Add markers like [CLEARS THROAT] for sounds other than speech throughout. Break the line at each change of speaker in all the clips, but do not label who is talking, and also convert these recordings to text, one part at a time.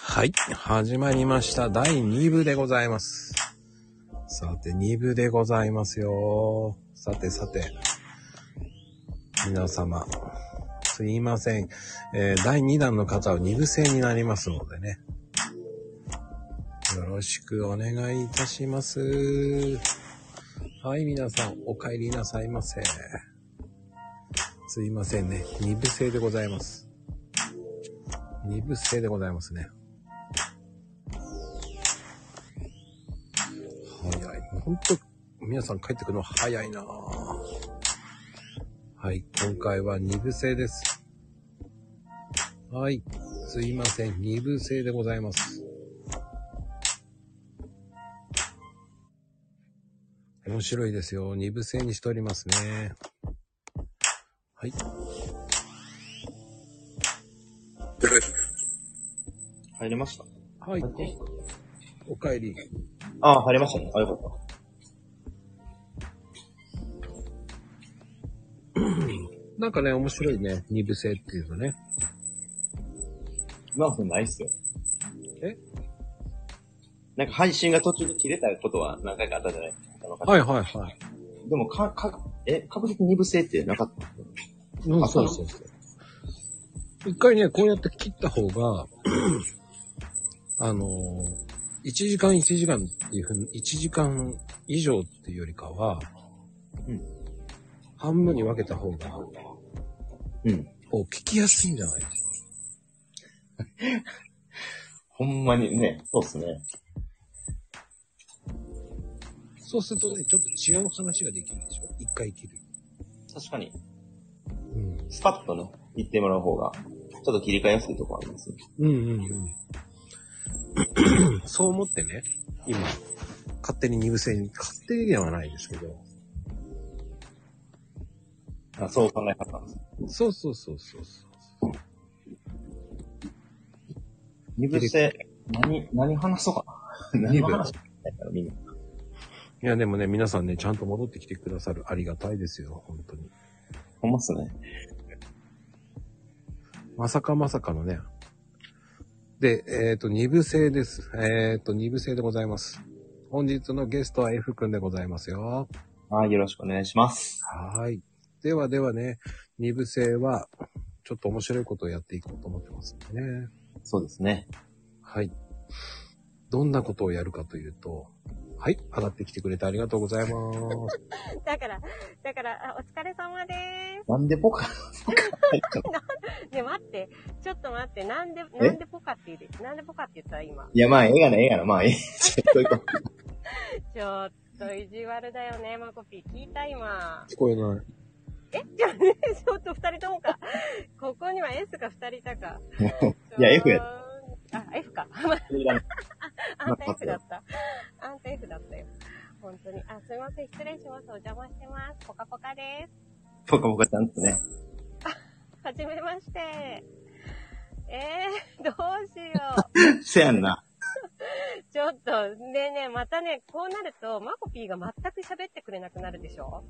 はい。始まりました。第2部でございます。さて、2部でございますよ。さてさて。皆様。すいません。えー、第2弾の方は2部制になりますのでね。よろしくお願いいたします。はい、皆さん、お帰りなさいませ。すいませんね。2部制でございます。2部制でございますね。早い。ほんと、皆さん帰ってくるの早いなはい、今回は2部制です。はい、すいません。2部制でございます。面白いですよ。二部制にしておりますね。はい。
入れました
はい。お帰り。。
ああ、入れましたね。あ、よかった
なんかね、面白いね。二部制っていうのね。
今はないっすよ。
え
なんか配信が途中で切れたことは何回かあったじゃないですか。
はいはいはい。
でも、か、か、え、確実に二部制ってなかった
うん、そうそうそう。一回ね、こうやって切った方が、あのー、1時間1時間っていうふうに、1時間以上っていうよりかは、
うん。
半分に分けた方が、
うん。
こう、聞きやすいんじゃない
ほんまにね、そうっすね。
そうするとね、ちょっと違う話ができるでしょ一回切る。
確かに。
うん。
スパッとね、言ってもらう方が、ちょっと切り替えやすいとこありますね。
うんうんうん。そう思ってね、今、勝手に二部制に、勝手にではないですけど。
あそう考え方なんです。
そうそうそうそうそう。
二部制、何、何話そうかな。何話そうかな、みんな。
いや、でもね、皆さんね、ちゃんと戻ってきてくださるありがたいですよ、本当に。
ほんまっすね。
まさかまさかのね。で、えっ、ー、と、二部制です。えっ、ー、と、二部制でございます。本日のゲストは F 君でございますよ。
はい、よろしくお願いします。
はい。ではではね、二部制は、ちょっと面白いことをやっていこうと思ってますんでね。
そうですね。
はい。どんなことをやるかというと、はい、上がってきてくれてありがとうございます。
だから、だから、あお疲れ様でー
す。なんでポカ
ね、待って、ちょっと待って、なんで、なんでポカって言うなんでポカって言った今。
[LAUGHS] いや、 [LAUGHS] まあ、ええやな、ええやな、まあ、ええ。ちょっと行こ
う。ちょっと意地悪だよね、マコピー。聞いた今。 [LAUGHS]
聞こえない。
えじゃあね、ちょっと二人ともか。ここには S が二人いたか。
[LAUGHS] いや、F やった。。
あ、F か。あんた F だった。あんた F だったよ。本当に。あ、すいません。失礼します。お邪魔してます。ぽかぽかです
ぽかぽかちゃんとね。
あ、はじめまして。えー、どうしよ
う。 [LAUGHS] せやんな。
ちょっと、でね、またね、こうなると、マコピーが全く喋ってくれなくなるでしょ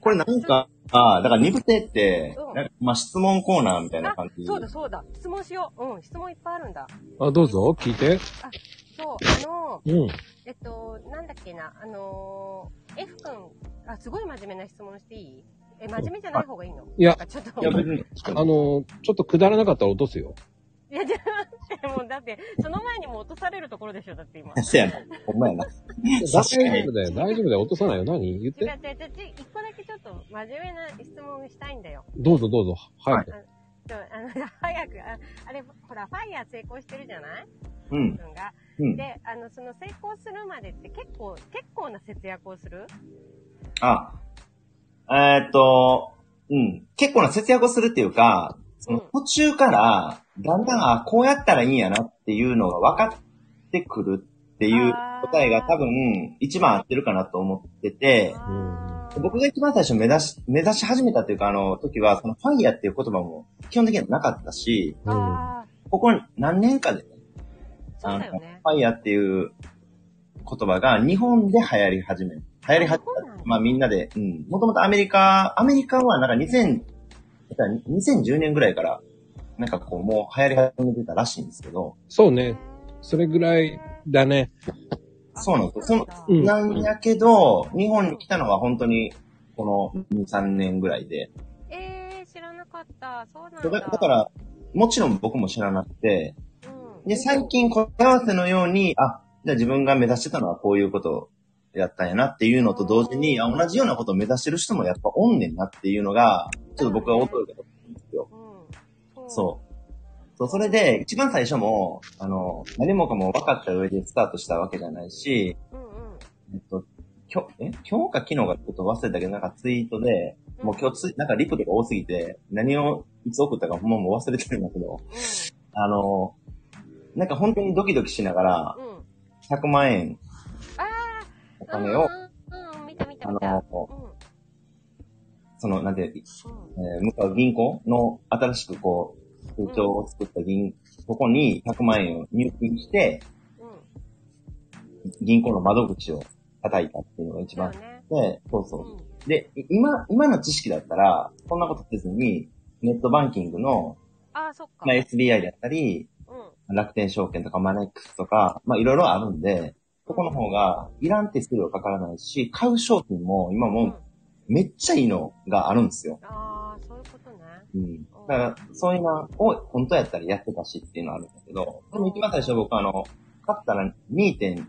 これなんか、ああ、だから肉手って、うん、なんかまあ質問コーナーみたいな感じ。
そうだそうだ。質問しよう。うん、質問いっぱいあるんだ。
あ、どうぞ、聞いて。
あ、そう、あの、
うん、
えっと、なんだっけな、あのー、F 君、あ、すごい真面目な質問していいえ、真面目じゃない方がいいの
いや、
ちょっと、
あのー、ちょっとくだらなかったら落とすよ。
いや、じゃあ、もうだって、その前にも落とされるところでしょ、だって今。
[LAUGHS] せやな。お前な。
大丈夫だよ、大丈夫だよ。落とさないよ。何言って。違う違う
違う。一個だけちょっと真面目な質問したいんだよ。
どうぞどうぞ。早く。
はい、あの、早く、ああれ、ほら、ファイヤー成功してるじゃない
うん。
が、
うん、
で、あの、その成功するまでって結構、結構な節約をする
ああ。えー、っと、うん。結構な節約をするっていうか、その途中から、だんだん、あ、こうやったらいいんやなっていうのが分かってくるっていう答えが多分一番合ってるかなと思ってて、僕が一番最初目指し、目指し始めたというか、あの時は、そのファイヤーっていう言葉も基本的にはなかったし、ここ何年かで、ね、
あの、ね、
ファイヤーっていう言葉が日本で流行り始め、流行り始めた。まあみんなで、うん。もともとアメリカ、アメリカはなんか2000、2010年ぐらいから、なんかこう、もう流行り始めてたらしいんですけど。
そうね。それぐらいだね。
そうなんですよ。そ
うん
の、なんやけど、日本に来たのは本当に、この2、3年ぐらいで。
えー、知らなかった。そうなん
だ
だ。
だから、もちろん僕も知らなくて、
うん、
で、最近答え合わせのように、あ、じゃあ自分が目指してたのはこういうことやったんやなっていうのと同時に、あ同じようなことを目指してる人もやっぱおんねんなっていうのが、ちょっと僕は驚いたと思うんですよ。
うん、
そう。そう、それで、一番最初も、あの、何もかも分かった上でスタートしたわけじゃないし、
う。うんうん。
えっと、今日、え今日か昨日かちょっと忘れたけど、なんかツイートで、もう今日つ、なんかリプとか多すぎて、何をいつ送ったかほんまもう忘れてるんだけど、あの、なんか本当にドキドキしながら、
うん。うん。
100万円
あ
お
あ、うん
金を、
うん、うん、見た見た
あ
見
の
た。、
その、なんていう、
うん。うん。
えー向かう銀行の新しくこう、通帳を作った銀、そこに100万円を入金して、
うん。
銀行の窓口を叩いたっていうのが一番
そうね。
で、そう
う
そ
ん。
う。で、い今、今の知識だったら、そんなことせずに、ネットバンキングの、
ああ、そっか。
まあ、SBI だったり、
うん。
楽天証券とかマネックスとか、まあいろいろあるんで、そこの方が、いらん手数料かからないし、買う商品も今
う
も
ん。
うめっちゃいいのがあるんですよ。
ああ、そういうことね。
うん。だから、そういうのを本当やったらやってたしっていうのはあるんだけど、でも一番最初僕あの、買ったら2.2%、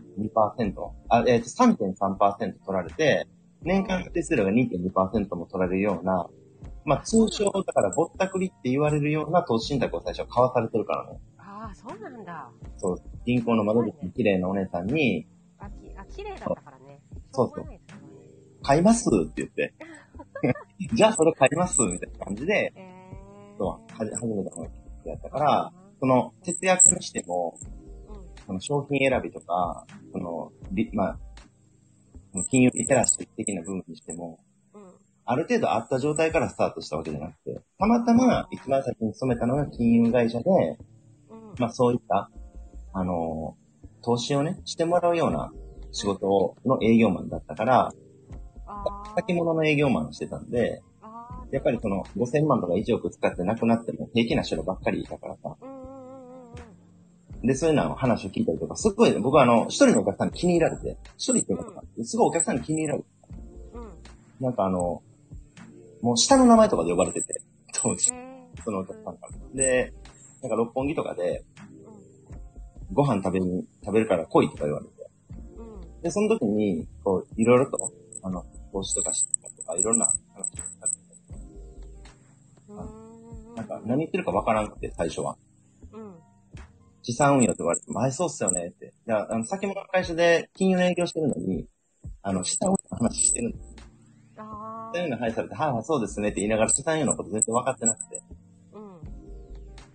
あ、えっ、と3.3%取られて、年間手数料が2.2%も取られるような、まあ通称だからぼったくりって言われるような投資信託を最初買わされてるからね。
ああ、そうなんだ。
そう、銀行の窓口の綺麗なお姉さんに、
あ、き、あ、綺麗だったからね。
そうそう
しょがないですよね
買いますって言って。 [LAUGHS] じゃあそれ買いますみたいな感じで、
えー。
そう、はじ初めてのやったから、その節約にしても、
うん。
その商品選びとか、その、りまあ、その金融リテラシー的な部分にしても、
うん。
ある程度あった状態からスタートしたわけじゃなくて、たまたま一番先に勤めたのが金融会社で、
うん。
まあそういった、あの投資をね、してもらうような仕事を、の営業マンだったから、
あー
先物の営業マンをしてたんで、
あー
やっぱりその5000万とか1億使ってなくなっても平気な人ばっかりいたからさ。
うんうんうんうんうん。
で、そういうのを話を聞いたりとか、すごい、僕はあの、一人のお客さんに気に入られて、一人っていうか、すごいお客さんに気に入られて、
うん。
なんかあの、もう下の名前とかで呼ばれてて、当時、
えー
そのお客さんから。で、なんか六本木とかで、
う
ご飯食べに、食べるから来いとか言われて、
ん。うん。
で、その時に、こう、いろいろと、あの、投資とかしてとか、いろんな話をしたり
うー
なんか、何言ってるかわからなくて、最初は。
うん。
資産運用って言われて、前そうっすよねって。だから、あの、先物の会社で金融の営業してるのに、あの、資産運用の話してるんで
あ
資産
あ。
運用の話されて、はいはい、そうですねって言いながら資産運用のこと全然分かってなくて。
うん。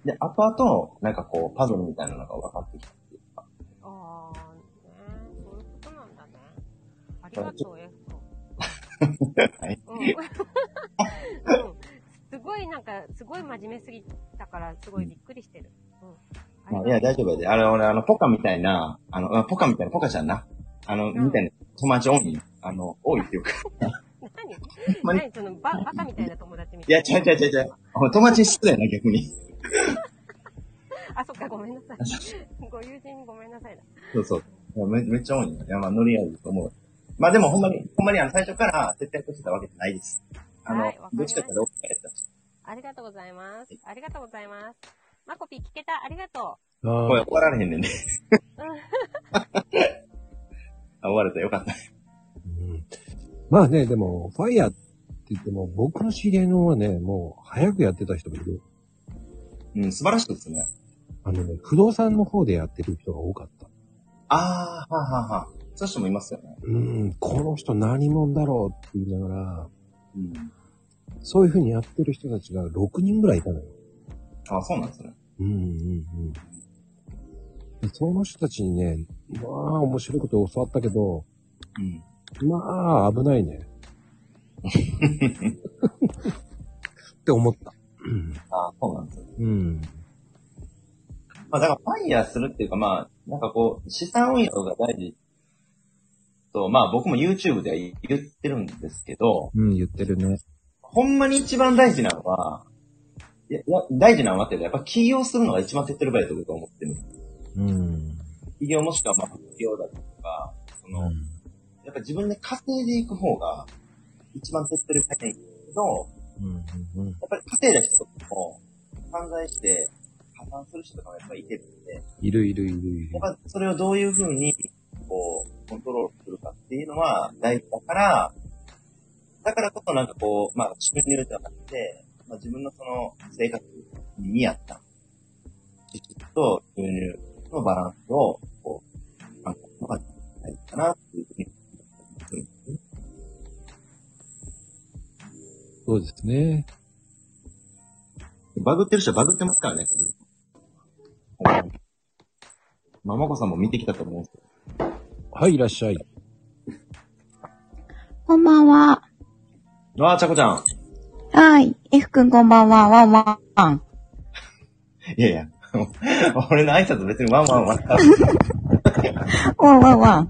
で、後々、なんかこう、パズルみたいなのが分かってきたっていうか。
ああ、ねそういうことなんだね。ありがとう、エフコ。
はい。
う
[LAUGHS]
ん。うんすごいなんか、すごい真面目すぎたから、すごいびっくりしてる。うん。
まあ、いや、大丈夫やで。あれ、俺、あの、ポカみたいな、あの、あポカみたいな、ポカちゃんな。あの、
うん
みたいな友達多いんあの、多いっていうか。 [LAUGHS] ま
何
に
何そのバ、バカみたいな友達み
い
た
や、
いな。
違う違う違う違う。俺友達に失礼やな、逆に。
あ、そっか、ごめん
[LAUGHS]
なさい。ご友人ごめんなさいだ。
そうそう。いやめめっちゃ多いんや。いや、まあ、乗り合えると思う。まあでも、ほんまに、ほんまにあの、最初から節約してたわけじゃないです。あの、
はいわかり
ど
ま
っ
し
ち
た
かってどっちかやったし。
ありがとうございます。ありがとうございます。マコピー聞けたありがと
あ
これ
ー
終わられへんねんね。
[LAUGHS] う。うん。
あ終われたよかった。
うんまあね、でも、ファイヤーって言っても、僕の知り合いの方はね、もう早くやってた人もいる。
うん、素晴らしいですね。
あのね、不動産の方でやってる人が多かった。
あー、はあ、はあ、はあ。そういう人もいますよね。
うん、この人何者だろうって言いながら、
うん。
そういう風にやってる人たちが6人ぐらいいたのよ。
あそうなんですね。
うんうんうん。その人たちにね、まあ面白いこと教わったけど、
うん。
まあ危ないね。って思った。
あそうなんですね。
うん。
まあ、だから、ファイヤーするっていうか、まあ、なんかこう、資産運用が大事と、まあ、僕も YouTube では言ってるんですけど、
うん、言ってるね。
ほんまに一番大事なのは、いや、いや大事なのはっていうかやっぱ起業するのが一番手っ取り早いと僕は思ってる。
うん。
企業もしくはまあ必要だとか、その、
うん。
やっぱ自分で稼いでいく方が、一番手っ取り早いけど、
うん。うん。
やっぱり稼いだ人とかも、犯罪して、破産する人とかもやっぱいてるんで、
いるいるいるいる
やっ。ぱそれをどういうふうに、こう、コントロールするかっていうのは大事だから、だからこそなんかこう、まあ収入ではなくて、まあ自分のその生活に見合った、時期と収入のバランスを、こう、考えるのが大事かなっていうふうに
そうですね。
バグってる人はバグってますからね。ママ子さんも見てきたと思うんですけど。
はい、いらっしゃい。
こんばんは。
ああ、ちゃこちゃん。
はい。F くんこんばんは。ワンワン。
いやいや。俺の挨拶別にワンワンワン。
ワンワンワン。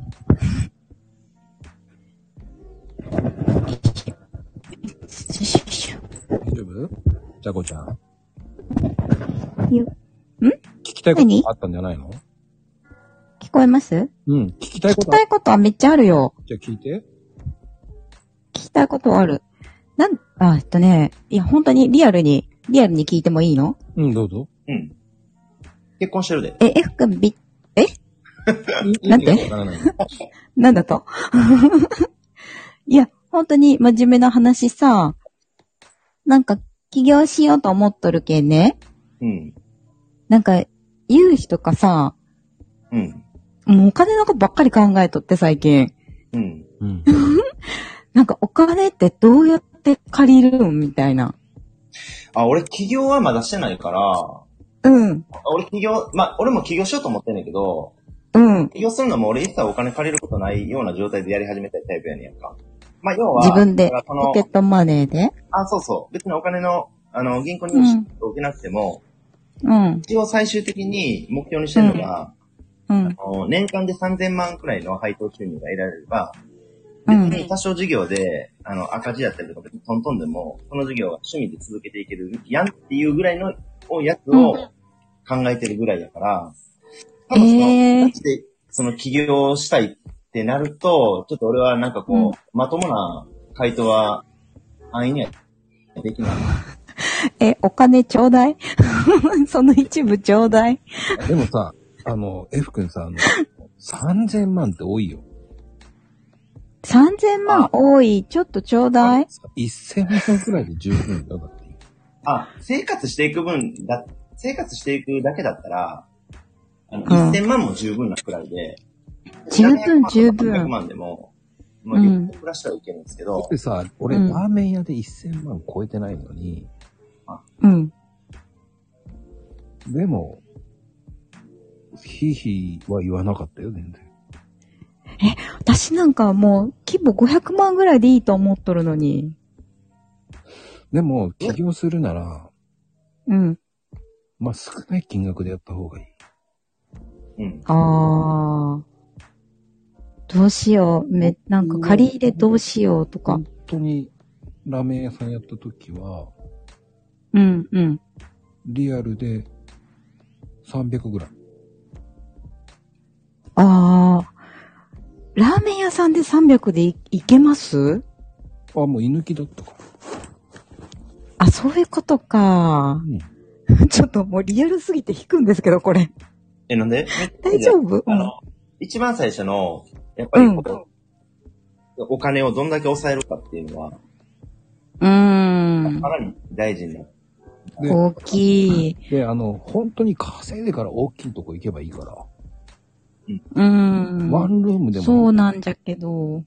大丈夫じゃこちゃん。
よ
聞きたいこと
何
あったんじゃないの
聞こえます
うん。聞きたい
聞
こ
き
とあ
たいことはめっちゃあるよ。
じゃあ聞いて。
聞きたいことはある。なん、あ、えっとね、いや、本当にリアルに、リアルに聞いてもいいの
うん、どうぞ。
うん。結婚してるで。
え、F くんび、
[LAUGHS]
なんて
意味がわからない
なんだと [LAUGHS] いや、本当に真面目な話さ、なんか起業しようと思っとるけんね。
うん。
なんか、融資とかさ、
うん。
もうお金のことばっかり考えとって最近。
うん。
うん。
なんかお金ってどうやって借りるんみたいな。
あ、俺起業はまだしてないから、
うん、
あ俺起業、まあ、俺も起業しようと思ってんねんけど、
うん。
起業するのも俺一切お金借りることないような状態でやり始めたいタイプやねんやんか。まあ、要は、
自分で
だからこの
ポケットマネーで。
あ、そうそう。別にお金の、あの、銀行に入手を受けなくても、
うん、
一応最終的に目標にしてるのが、
うん、
あの年間で3000万くらいの配当収入が得られれば、
う
別
ん
に多少事業で、あの、赤字だったりとか、別にトントンでも、その事業が趣味で続けていけるやんっていうぐらいのをやつを考えてるぐらいだから、多分その、
へー
ガチで、その起業したいってなると、ちょっと俺はなんかこう、
うん
まともな回答は、安易にはできない。
え、お金ちょうだい [LAUGHS] その一部ちょうだい
でもさ、あの、F 君
[LAUGHS]
さ、あの、3000万って多いよ。
?3000 万多い。ちょっとちょうだい
?1000 万くらいで十分だよ、だって。
あ、生活していく分だ、生活していくだけだったら、あの、
うん
1000万も十分なくらいで、
十分
700万
十分
800万でも、まあ、
うん
余裕で暮らしてはいけるんですけ
だっ
ど、
てさ、俺、
うん
ラーメン屋で1000万超えてないのに、
うん。
でも、ひいひいは言わなかったよ、全然。
私なんかもう、規模500万ぐらいでいいと思っとるのに。
でも、起業するなら、
うん。
まあ、少ない金額でやった方がいい。
うん。
あー。どうしよう。め、なんか借り入れどうしようとか
本。当に、ラーメン屋さんやった時は、
うん、うん。
リアルで300ぐらい。
あー。ラーメン屋さんで300でいいけます
あ、もう居抜きだったから。
あ、そういうことか
う。ん。
[LAUGHS] ちょっともうリアルすぎて引くんですけど、これ。
え、なんで
大丈夫う
あ
ん。
の、一番最初の、やっぱり
うん
こう、お金をどんだけ抑えるかっていうのは、
うーん
か。なり大事になる。
で
大きい。
で、あの、本当に稼いでから大きいとこ行けばいいから、
うーん。
ワンルームでも。
そうなんじゃけど。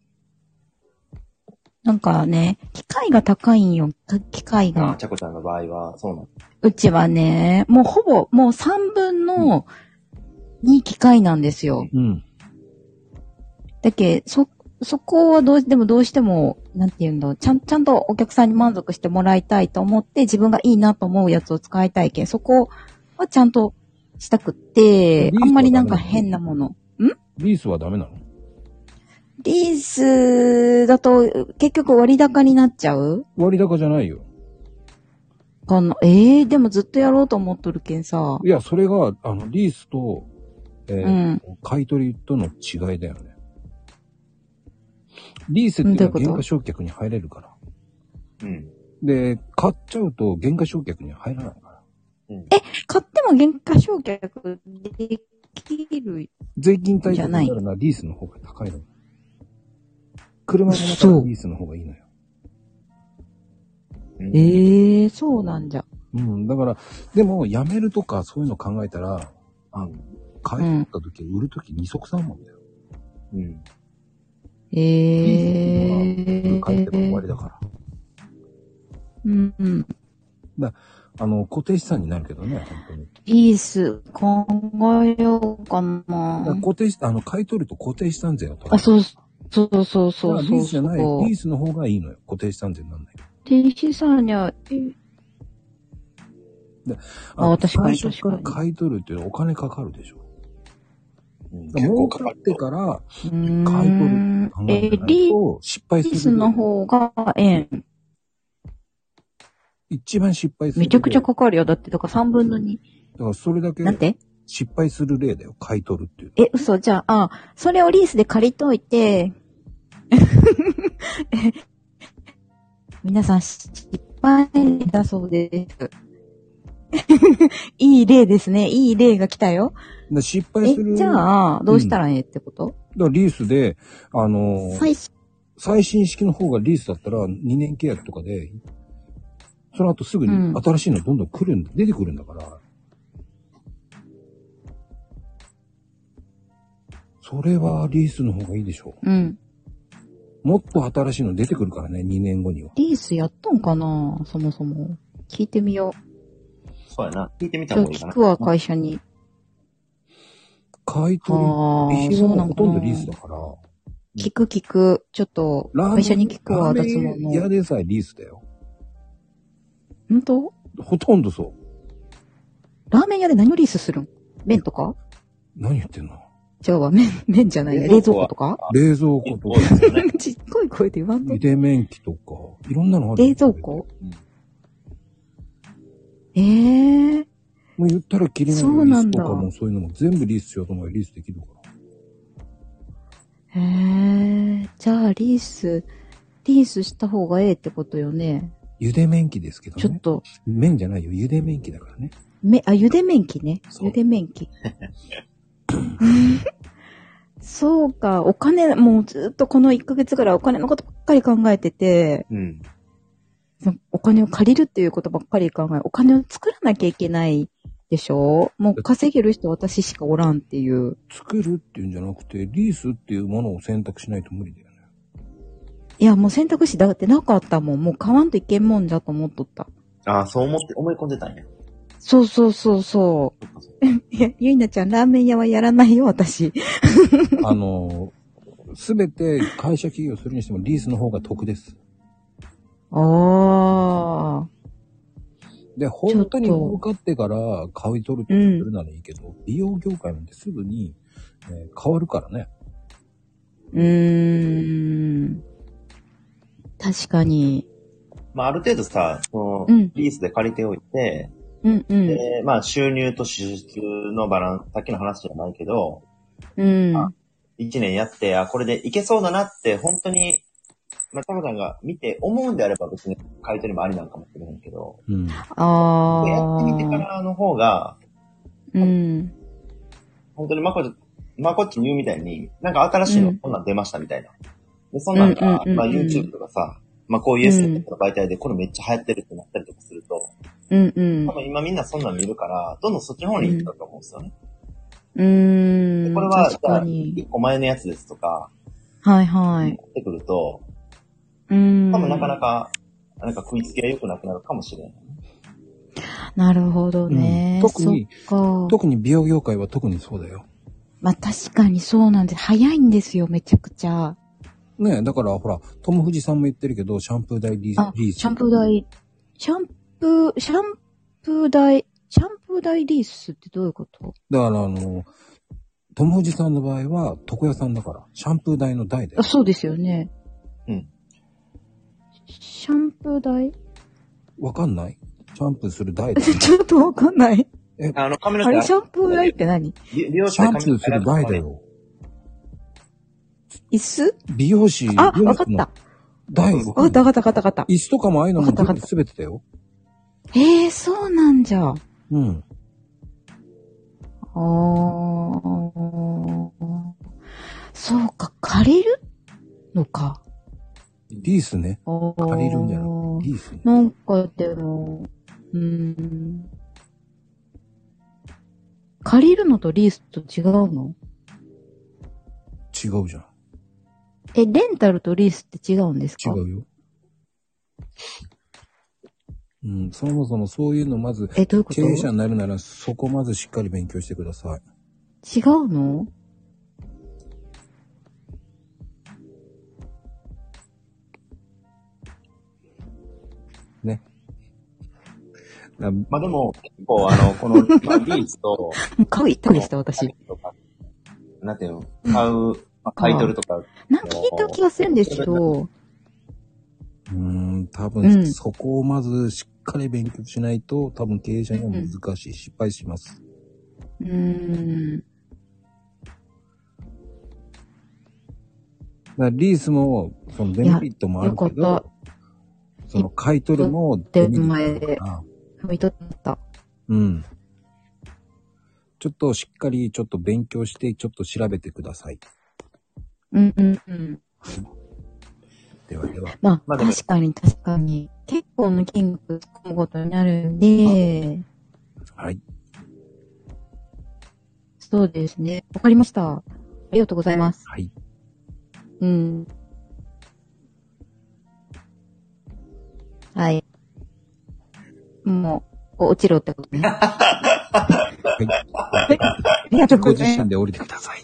なんかね、機械が高いんよ、か機械
まあ、
が。
ちゃこちゃんの場合は、そうなん
うちはね、もうほぼ、もう3分の2機械なんですよ。
うん。
だけそ、そこはどう、でもどうしても、なんて言うんだ、ちゃん、ちゃんとお客さんに満足してもらいたいと思って、自分がいいなと思うやつを使いたいけん、そこはちゃんとしたくって
リースはダメな、の
あんまりなんか変なもの。
リースはダメなの
リースだと、結局割高になっちゃう
割高じゃないよ。
かな。ええでもずっとやろうと思っとるけんさ。
いや、それが、あの、リースと、ええー
うん
買い取りとの違いだよね。リースって
うん
いう
どう
の
い
は
うこと
原価償却に入れるから。
うん。
で、買っちゃうと原価償却に入らないから。
うん。
買っても原価償却できる。
税金対
じゃ
策に
な
ないるのはリースの方が高いの。車の中
そ
は
う
リースの方がいいのよ。
うん
ええそうなんじゃ。
うん。だから、でも、辞めるとかそういうの考えたら、あの、買い取った時、売る時二足三本だよ。
うん。
え
リースっていうの
え
は、買い取れば終わりだから。
うんうん。
あの、固定資産になるけどね、本当に。
リース考えようか
だ
な
から。固定資、あの、買い取ると固定資産税を取
あ、
う
そう、そうそう
そ。
そうう
だから
そ
リ
う
ースじゃない、リ
そう。
ースの方がいいのよ。固定資産税にならない。
リースさんには、えあ
の
確かに
最初から買い取るっていうのはお金かかるでしょ。
うん
結
結
構か
構か
か
か
って
る。
から
うーん
買い取る考え
え
て、ない
リー
と失敗する。
スの方が円。
一番失敗する。
めちゃくちゃかかるよ。だって、だから3分の2。
だからそれだけ
なんて
失敗する例だよ。買い取るっていう。
え、嘘じゃあ、あ、それをリースで借りといて、 [LAUGHS] 皆さん失敗だそうです。いい例ですね。いい例が来た
だ
よ。
から失敗
え
する。、
じ
だか
ゃあ、どうしたらええってこと、
らリースで、あの、
最初、
最新式の方がリースだったら2年契約とかで、その後すぐに
うん
新しいのどんどん来るんだ、出てくるんだから。それはリースの方がいいでしょ
うん。
う。もっと新しいの出てくるからね、2年後には。
リースやったんかなそもそも。聞いてみよ
そうやな。聞いてみ
う。
た
ちょ
方
っ
がい
と
いか
聞
な。
く
[LAUGHS]
わ、会社に。
買い取り、
ああ、
備
そ
品
うな
は
ん
ほ
か
とんど
な
リースだから。
聞く聞く。ちょっと、
ラーメン
会社に聞くわ、
ラ
脱毛
ーメン屋
の。
でさえリースだよ。
本当
ほとんどそう。
ラーメン屋で何をリースするん麺とか
何言ってんの
違うわ、麺、 [LAUGHS] 麺じゃない。
冷
冷蔵
蔵庫
庫
は
とか
冷蔵庫と
そうで
か、
すよね。
ちっこい声で言わんと
茹。で麺機とか、いろんなのあるよ
冷蔵庫
うん
ええー。
もう言ったら切りない
そ
よ
う
リ
な
ース
ん
と
だ
かもそういうのも全部リースしようと思えばリースできるから。
ええー。じゃあ、リース、リースした方がええってことよね。
茹で麺機ですけど
ちょっ
ね。
と、
麺じゃないよ。茹で麺機だからね。
め、あ、ゆで麺機ね。
そう
ゆで麺機。そうか、お金、もうずっとこの1ヶ月ぐらいお金のことばっかり考えてて、
うん。
お金を借りるっていうことばっかり考え、お金を作らなきゃいけないでしょもう稼げる人私しかおらんっていう。
作るっていうんじゃなくて、リースっていうものを選択しないと無理だよ [LAUGHS] ね。
いや、もう選択肢だってなかったもん。もう買わんといけんもんじゃと思っとった。
ああ、そう思って、思い込んでたんや。
そうそうそう [LAUGHS] そ
そっかそっか
う。いや、ゆいなちゃん、ラーメン屋はやらないよ、私。
あの、すべて会社企業するにしてもリースの方が得です。
ああ。
で、本当に儲かってから買い取るとかするならいいけど、美容業界なんてすぐに、えー変わるからね。
うーん。確かに。
まあ、ある程度さ、その
うん
リースで借りておいて、
うんうん。
で、まあ、収入と支出のバランス、さっきの話じゃないけど、
うん。
一年やって、あ、これでいけそうだなって、本当に、まあ、タコさんが見て思うんであれば別に買い取りもありなんかもしれないけど、
うん。
あ
やってみてか
あ。
らの方が、
うん。
本当にまこ、まこっちに言うみたいに、なんか新しいの、
うん
こんなん出ましたみたいな。で、そんなんが、
うんうんうんうん
まあ YouTube とかさ、まあこういう SNS の媒体でこれめっちゃ流行ってるってなったりとかすると、
うんうん
多。分今みんなそんなん見るから、どんどんそっちの方に行ったと思うんですよね。
う
で
ーん。
これは、じ
確
ゃ
か
あ、
に。
一個前のやつですとか、
はいはい。
持ってくると、
うーん。
多分なかなか、なんか食いつきが良くなくなるかもしれない。
なるほどね。
うん特に
そっか。
特に美容業界は特にそうだよ。
まあ確かにそうなんです。早いんですよ、めちゃくちゃ。
ねえ、だからほら、トム・フジさんも言ってるけど、シャンプー代リー
あ
ス、リース。
シャンプー代、シャンプー、シャンプー代、シャンプー代リースってどういうこと
だからあの、トム・フジさんの場合は、床屋さんだから、シャンプー代の代だよ
あ、。そうですよね。
うん。
シャンプー代 [LAUGHS]
わかんないシャンプーする代だよ。
ちょっとわかんない。
え
あの、髪の
あ
毛
れ、シャンプー台って何
り美容師
シ
で
ャン
髪
プ
の
ー
毛
する台だ
洗う
よ。
椅子
美容師、
あ、
美容
わ
師
かっ
の
た。
台
わかったわ
か
かったわかったわかった。
椅子とかもああいうのも
わかったわ
全
か
部全
った
てだよ。
ええー、そうなんじゃ。
うん。
おー。そうか、借りるのか。
リースね。
おー
借りるんじゃなくて、リース。
なんかでも、うーん。借りるのとリースと違うの
違うじゃん。
え、レンタルとリースって違うんです
違
か
うよ。うん、そもそもそういうのまず、
え、どういうこと
経営者になるならそこまずしっかり勉強してください。
違うの
だ
まあでも、結構あの、この、まあ、ビーツと、
もう顔一択でした、私。
とか、なんていうの、買う、まあタイトルとか、
なんか聞いた気がするんですけど、
うーん、多
う
分
ん
そこをまずしっかり勉強しないと、多分経営者には難しい。失敗します。
うーん。
だからリースも、そのベネフィットもあるけ
いやよか
ど、その買い取るのを
で前
デメリットだ
で
から
見とった。
うん。ちょっとしっかりちょっと勉強して、ちょっと調べてください。
うんうんうん。
ではでは。
まあ、
まあでも
確かに確かに。結構の金額突っ込むことになるんで、
はい。
そうですね。わかりました。ありがとうございます。
はい。
うん。はい。もう、こう落ちろってこと
[LAUGHS]
ね。ありがとう
ご
ご
自
ざいます
身。で降りてください。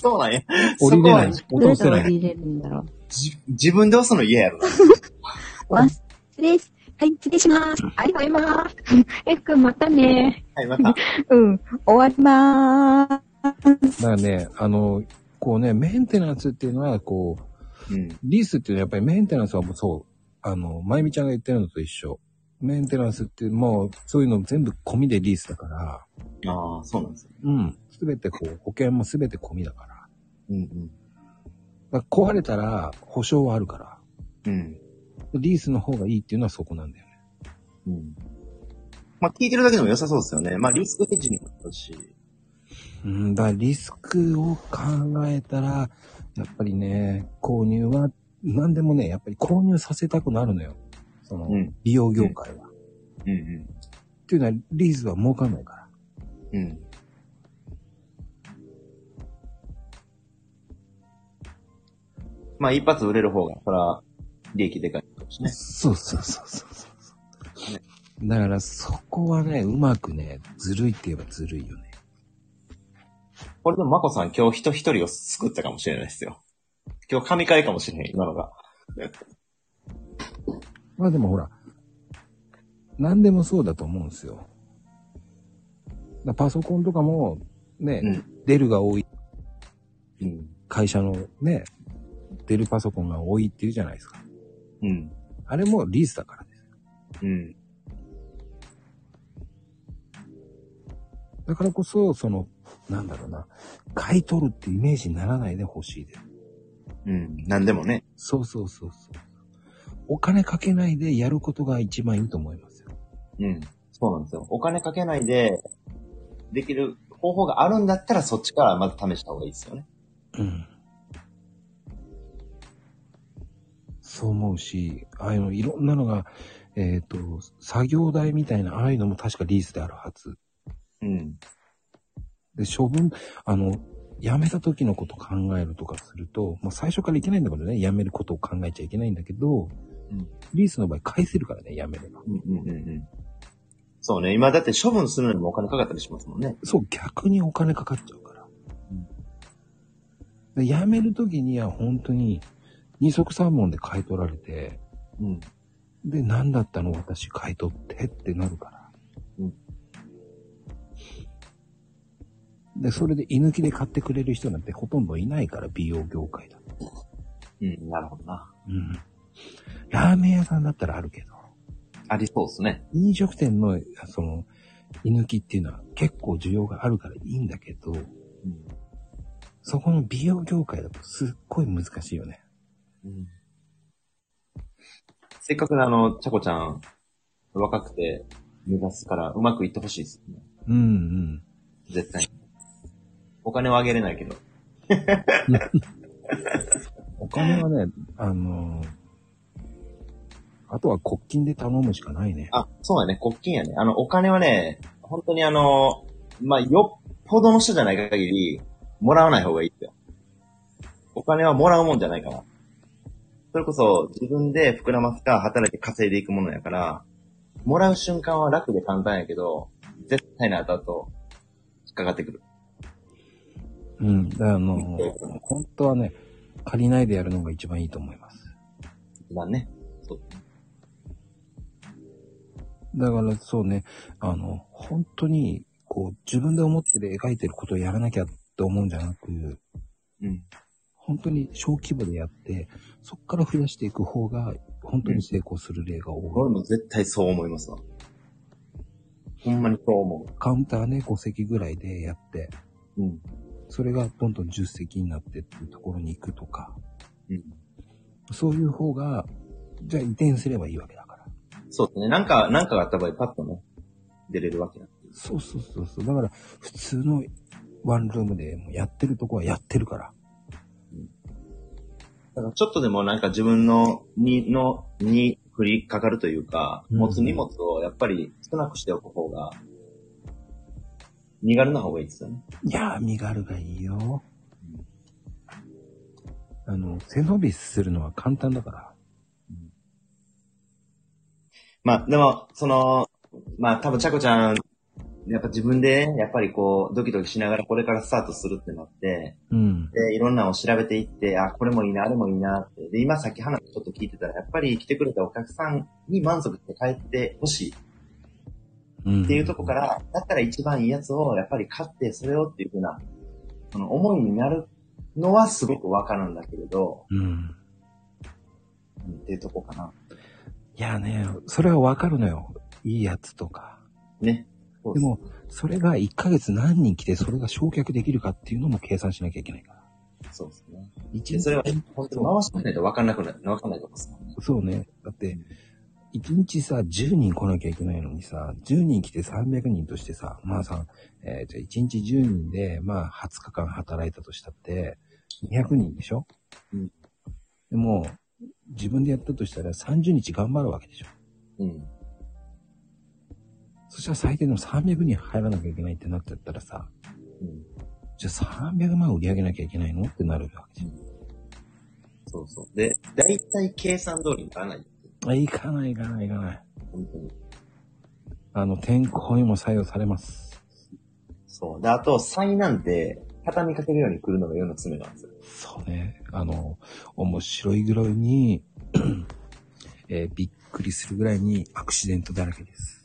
そうなんや。
降りれない
そこは。
落とせ
どう
な
やったら
い。
入れるんだろ
じ自分で押すの嫌やろな。
う。あ、失礼し、
はい、失礼します。ありがとうござい
[LAUGHS]
ます。えっくん、またね。
はい、また。
うん。終わりまーす。
だからね、あの、こうね、メンテナンスっていうのは、こう、
うん。
リースっていうのはやっぱりメンテナンスはもうそう、あの、まゆみちゃんが言ってるのと一緒。メンテナンスってもう、そういうの全部込みでリースだから、
ああ、そうなんですよ。
うん。すべてこう、保険もすべて込みだから。
うん
だから壊れたら、保証はあるから。
うん。うん。
リースの方がいいっていうのはそこなんだよね。
うん。まあ、聞いてるだけでも良さそうですよね。まあ、リスクヘッジにもなるし。
うん、だからリスクを考えたら、やっぱりね、購入は、何でもね、やっぱり購入させたくなるのよ。その、
うん。
美容業界は。っ
うん
ていうのは、リースは儲かんないから。
うん。うん。まあ、一発売れる方が、そら、利益でかいかもしれない。
そうそうそうそうそうそう。だから、そこはね、うまくね、ずるいって言えばずるいよね。
これでも、まこさん今日人一人を救ったかもしれないですよ。今日神回かもしれない、今のが。
まあでもほら、何でもそうだと思うんですよ。だからパソコンとかも、ね、
うん
出るが多い
うん。
会社のね、出るパソコンが多いっていうじゃないですか。
うん。
あれもリースだからね。
うん。
だからこそ、その、なんだろうな、買い取るってイメージにならないでほしいです。
うん。なんでもね。
そうそうそうそう。お金かけないでやることが一番いいと思いますよ。
うん。そうなんですよ。お金かけないで、できる方法があるんだったら、そっちからまず試した方がいいですよね。
うん。そう思うし、ああいうの、いろんなのが、えっ、と、作業台みたいな、ああいうのも確かリースであるはず。
うん。
で、処分、あの、辞めた時のこと考えるとかすると、まあ最初からいけないんだけどね、辞めることを考えちゃいけないんだけど、
うん
リースの場合返せるからね、辞めれば。
うんうんうんうん。そうね。今だって処分するのにもお金かかったりしますもんね。
そう、逆にお金かかっちゃうから。で辞める時には本当に、二足三本で買い取られて、
うん。
で、何だったの私買い取ってってなるから。
うん
で、それで居抜きで買ってくれる人なんてほとんどいないから、美容業界だと。
うん。なるほどな。
うん。ラーメン屋さんだったらあるけど、
ありそうですね。
飲食店の、その、居抜きっていうのは結構需要があるからいいんだけど、そこの美容業界だとすっごい難しいよね。
うんせっかくのあの、ちゃこちゃん、若くて、目指すから、うまくいってほしいですね。
うんうん。
絶対に。お金はあげれないけど。
お金はね、あのーあとは国金で頼むしかないね。
あ、そうだね、国金やね。あの、お金はね、本当にあの、まあ、よっぽどの人じゃない限り、もらわない方がいいってよ。お金はもらうもんじゃないから。それこそ、自分で膨らますか、働いて稼いでいくものやから、もらう瞬間は楽で簡単やけど、絶対に後々、引っかかってくる。
うん。だからあのー本当はね、借りないでやるのが一番いいと思います。
一番ね。そう
だからそうね、あの、本当に、こう、自分で思ってる描いてることをやらなきゃって思うんじゃなく、
うん。
本当に小規模でやって、そこから増やしていく方が、本当に成功する例が多い。
俺も絶対そう思いますわ。ほんまにそう思
カウンターね、5席ぐらいでやって、
う。うん。
それがどんどん10席になってっていうところに行くとか、
うん。
そういう方が、じゃあ移転すればいいわけだから。
そうですね。なんか、なんかがあった場合、パッとね、出れるわけなんで。
そうそうそうそう。だから、普通のワンルームでもやってるとこはやってるから。
だからちょっとでもなんか自分の、に、の、に振りかかるというか、
うん
持つ荷物をやっぱり少なくしておく方が、身軽な方がいいですよね。
いやー、身軽がいいよ。あの、背伸びするのは簡単だから。
まあ、でも、その、まあ、多分、ちゃこちゃん、やっぱ自分で、やっぱりこう、ドキドキしながらこれからスタートするってなって、
うん。
で、いろんなのを調べていって、あ、これもいいな、あれもいいなって。で、今さっき話ちょっと聞いてたら、やっぱり来てくれたお客さんに満足して帰ってほしい
うん、
っていうとこから、だったら一番いいやつをやっぱり買って、それをっていうふうな、その思いになるのはすごくわかるんだけれど、
うん。
うんっていうとこかな。
いやね、それはわかるのよ。いいやつとか。
ね。そう
でも、それが1ヶ月何人来て、それが焼却できるかっていうのも計算しなきゃいけないから。
そうですね。
一
で
日
それは、本当に回してみないとわかんなくなる、わかんないとこですもんね。
そうね。だって、1日さ、10人来なきゃいけないのにさ、10人来て300人としてさ、まあさ、えーじゃあ1日10人で、まあ20日間働いたとしたって、200人でしょ
うん
でも、自分でやったとしたら30日頑張るわけでしょ
うん。
そしたら最低でも300人入らなきゃいけないってなっちゃったらさ、
うん。
じゃあ300万売り上げなきゃいけないのってなるわけじ
そうそう。で、大体計算通りにならない。
ゃん。あ、いかないいかないいかない。
本当に。
あの、天候にも採用されます。
そう。で、あと、災難で、畳みかけるように来るのが世の常なんですよ。
そうね。あの、面白いぐらいに、 [CLEARS THROAT] えーびっくりするぐらいにアクシデントだらけです。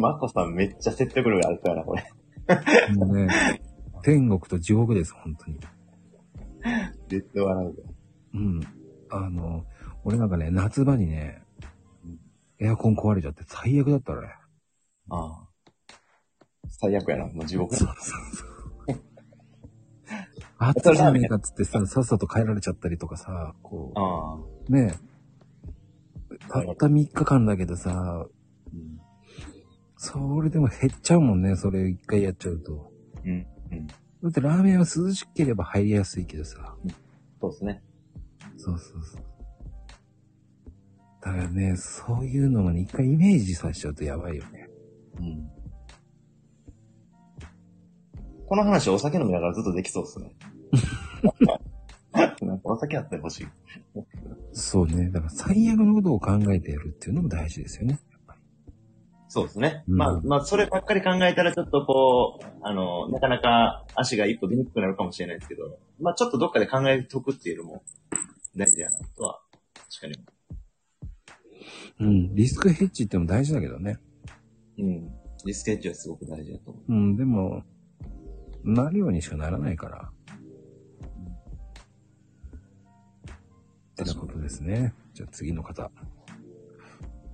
マコさんめっちゃ説得力あるからな、これ。 [LAUGHS]
もうね、 [LAUGHS] 天国と地獄です、本当に。
絶対笑うで。
うん。あの、俺なんかね、夏場にね、エアコン壊れちゃって最悪だったらね。
ああ。最悪やな、もう地獄や
そう
な。
そうそう。暑いじゃねえかっつってさ、さっさと帰られちゃったりとかさ、こ
ああ。
う、ねえたった3日間だけどさ、
うん。
それでも減っちゃうもんね、それ一回やっちゃうと。
うん。うん。
だってラーメンは涼しければ入りやすいけどさ。
そうですね。
そうそうそう。だからね、そういうのもね、一回イメージさせちゃうとやばいよね。
うん。この話お酒飲みながらずっとできそう [LAUGHS] ですね。なんかお酒あってほしい。
そうね。だから最悪のことを考えてやるっていうのも大事ですよね。
そうですね。
うん
まあ、まあ、そればっかり考えたらちょっとこう、あの、なかなか足が一歩出にくくなるかもしれないですけど、まあちょっとどっかで考えとくっていうのも大事やなとは、確か
う
に。
ん。リスクヘッジってのも大事だけどね。
うん。リスケッチはすごく大事だと思う。
うん、でも、なるようにしかならないから。ってなことですね。じゃあ次の方。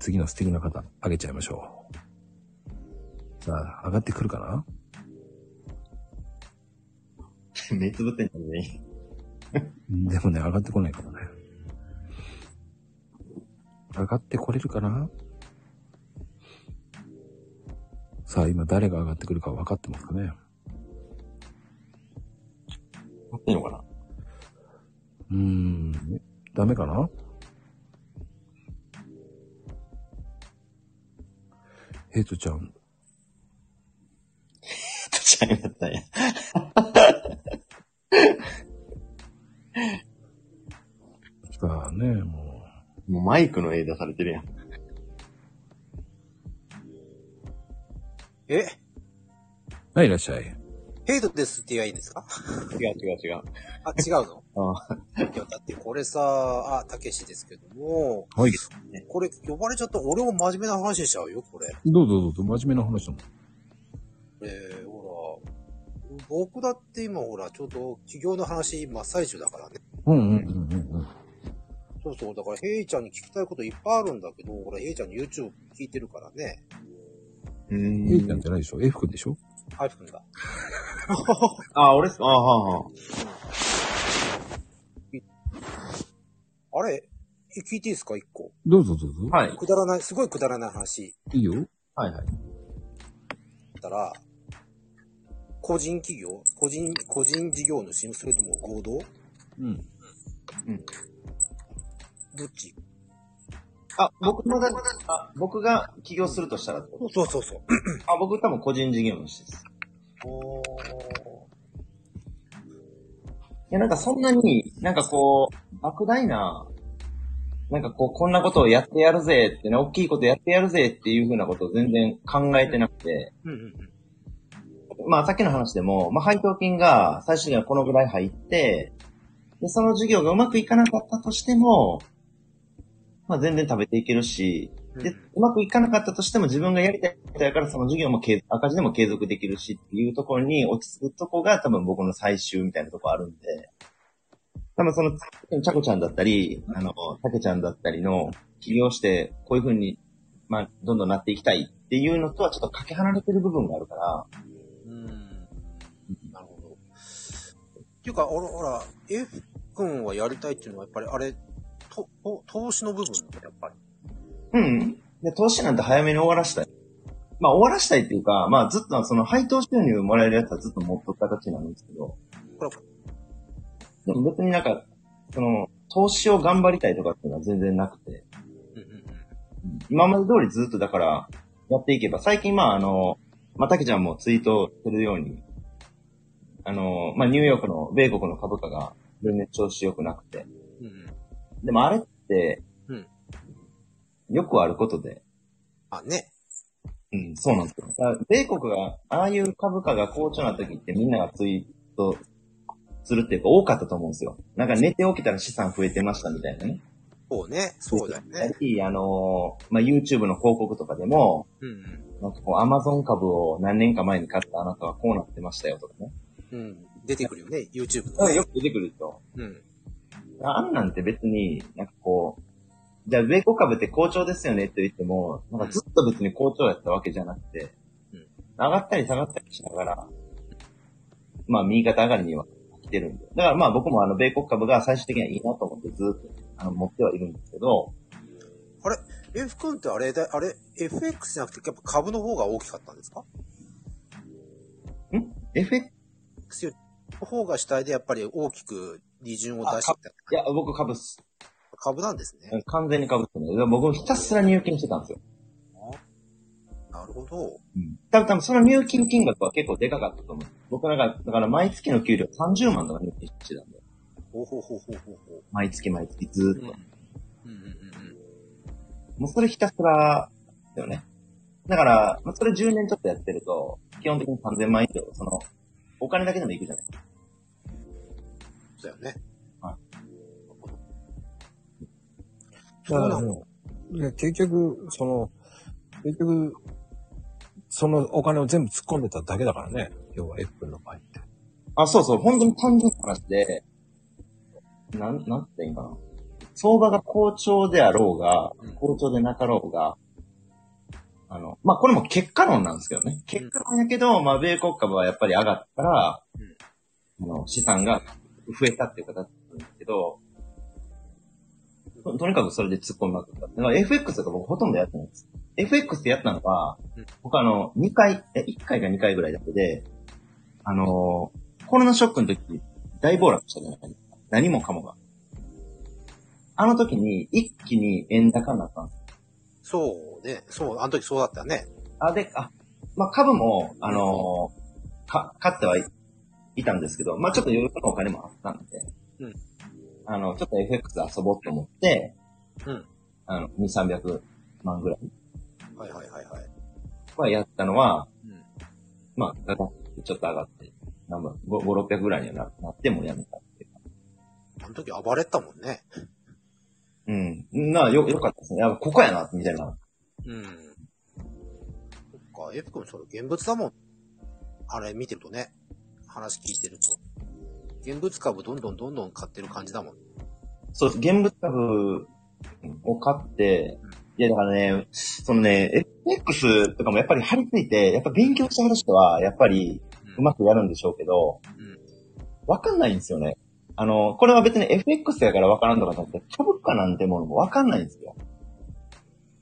次の素敵な方、あげちゃいましょう。さあ、上がってくるかな
目つぶってんじゃね
うんでもね、上がってこないからね。上がってこれるかなさあ、今誰が上がってくるか分かってますかね
持ってんのか [LAUGHS] な
うーん、ダメかなヘイトちゃん、
ちゃいまったんや。
さあね、も
もうマイクの絵出されてるやん。
え
う。はい、いらっしゃい。
ヘイトですって言えばいいんですか
違う違う違う。
あ、違うの
あ
いや、だってこれさ、あ、たけしですけども、
はい。
これ呼ばれちゃった俺も真面目な話しちゃうよ、これ。
どうぞどうぞ、真面目な話だもん。
えー、ほら、僕だって今ほら、ちょうど起業の話真っ最中だからね。
うんうんうんうんうん。
そうそう、だからヘイちゃんに聞きたいこといっぱいあるんだけど、ほら、ヘイちゃんの YouTube 聞いてるからね。
う
ヘイちゃ
ん
ん。じゃないでしょ ?F 君でしょ
ハイくんだ。
あ、俺っす。あ、はあ、はあ。
あれえ聞いていいですか、一個。
どうぞどうぞ。
はい。
くだらない、すごいくだらない話
い。いいよ。
はいはい。
だったら、個人企業個人、個人事業主それとも合同
うん。
どっち
あ、僕のだ、あ、僕が起業するとしたらってこと
そうそうそう。
あ、僕多分個人事業主です。
おー
いや、なんかそんなに、なんかこう、莫大な、なんかこう、こんなことをやってやるぜってね、大きいことやってやるぜっていうふうなことを全然考えてなくて、
うんうんうん。
まあさっきの話でも、まあ配当金が最終的にはこのぐらい入って、で、その事業がうまくいかなかったとしても、まあ全然食べていけるし、で、うまくいかなかったとしても自分がやりたいことやからその事業も継赤字でも継続できるしっていうところに落ち着くとこが多分僕の最終みたいなとこあるんで、多分その、ちゃこちゃんだったり、あの、たけちゃんだったりの起業してこういう風に、まあ、どんどんなっていきたいっていうのとはちょっとかけ離れてる部分があるから、
うん。なるほど。っていうか、ほら、ほら、F 君はやりたいっていうのは、やっぱりあれ、と、と投資の部分やっぱり。
うん。で、投資なんて早めに終わらしたい。まあ、終わらしたいっていうか、まあ、ずっとその配当収入もらえるやつはずっと持っとく形なんですけど、
これ、
でも別になんか、その、投資を頑張りたいとかっていうのは全然なくて、
うんうんうん。
今まで通りずっとだから、やっていけば、最近まああの、まあ、たけちゃんもツイートするように、あの、まあ、ニューヨークの、米国の株価が全然調子良くなくて、
うんうん。
でもあれって、
うん
よくあることで、
あ、ね。
うん、そうなんですよ。だから米国が、ああいう株価が好調な時ってみんながツイートするっていうか多かったと思うんですよ。なんか寝て起きたら資産増えてましたみたいなね。
そうね。そうだよ
やっ
ね
ぱ。り、あのーまあ、YouTube の広告とかでも、
うん
なんかこう、Amazon 株を何年か前に買ったあなたはこうなってましたよとかね。
うん。うん。出てくるよね、YouTube
だ
の、
から
ね。
よく出てくると。
うん。
あんなんて別に、なんかこう、じゃあ米国株って好調ですよねって言っても、なんかずっと別に好調やったわけじゃなくて、
うん
上がったり下がったりしながら、まあ右肩上がりには来てるんで。だからまあ僕もあの米国株が最終的にはいいなと思ってずっとあの持ってはいるんですけど、
F 君ってあれだ、あれ、FX じゃなくて、やっぱ株の方が大きかったんですか
FX、
?FX の方が主体でやっぱり大きく利潤を出してた。
いや僕株っす、
株なんですね。
完全に株ってね、だから僕ひたすら入金してたんですよ。
なるほど。
うん。多分多分その入金金額は結構でかかったと思う。僕なんか、だから毎月の給料30万とか入金してたんで。
ほうほうほうほうほうほ
毎月毎月ずーっ
う。
と
うん。うんうんうん
もうそれひたすら、だよね。だから、まあ、それ10年ちょっとやってると、基本的に3000万円以上、その、お金だけでもいくじゃない
うん。そうだよね。。
はい
そうなの。
いや、結局、その、結局、そのお金を全部突っ込んでただけだからね。要は F 君の場合って。
あ、そうそう、本当に単純な話で、なん、なんて言うんかな。相場が好調であろうが
うん、
好調でなかろうが、あの、まあ、これも結果論なんですけどね。結果論やけど、まあ、米国株はやっぱり上がったら、あの、資産が増えたっていう形なんですけど、ととにかくそれで突っ込んだってことだ。だから FX とか僕ほとんどやってないです。FX でやったのは
うん、
僕あの、2回、え、1回か2回ぐらいだけで、あの、コロナショックの時、大暴落したじゃないですか。何もかもが。あの時に、一気に円高になったんです
そうね。そう、あの時そうだったね。
あ、で、あ、まあ、株も、あのーか、買ってはい、いたんですけど、まあ、ちょっと余裕のお金もあったんで、
うん
あの、ちょっと FX で遊ぼうと思って、
うん。
あの、2、300万ぐらい
はいはいはいはい。
はやったのは、
うん
まあ、だからちょっと上がって、なんぼ5、5 600ぐらいにはななってもやめたっていう。
あの時暴れたもんね。
うん。なあ、よ、よかったですね。あ、ここやな、みたいな。
うん。そっか、エフ君それ現物だもん。あれ見てるとね。話聞いてると。現物株どんどんどんどん買ってる感じだもん。
そうです。現物株を買って、いやだからね、そのね、FX とかもやっぱり張り付いて、やっぱ勉強してはる人は、やっぱりうまくやるんでしょうけど、
うん
わかんないんですよね。あの、これは別に FX やからわからんとかじゃなくて、株価なんてものもわかんないんですよ。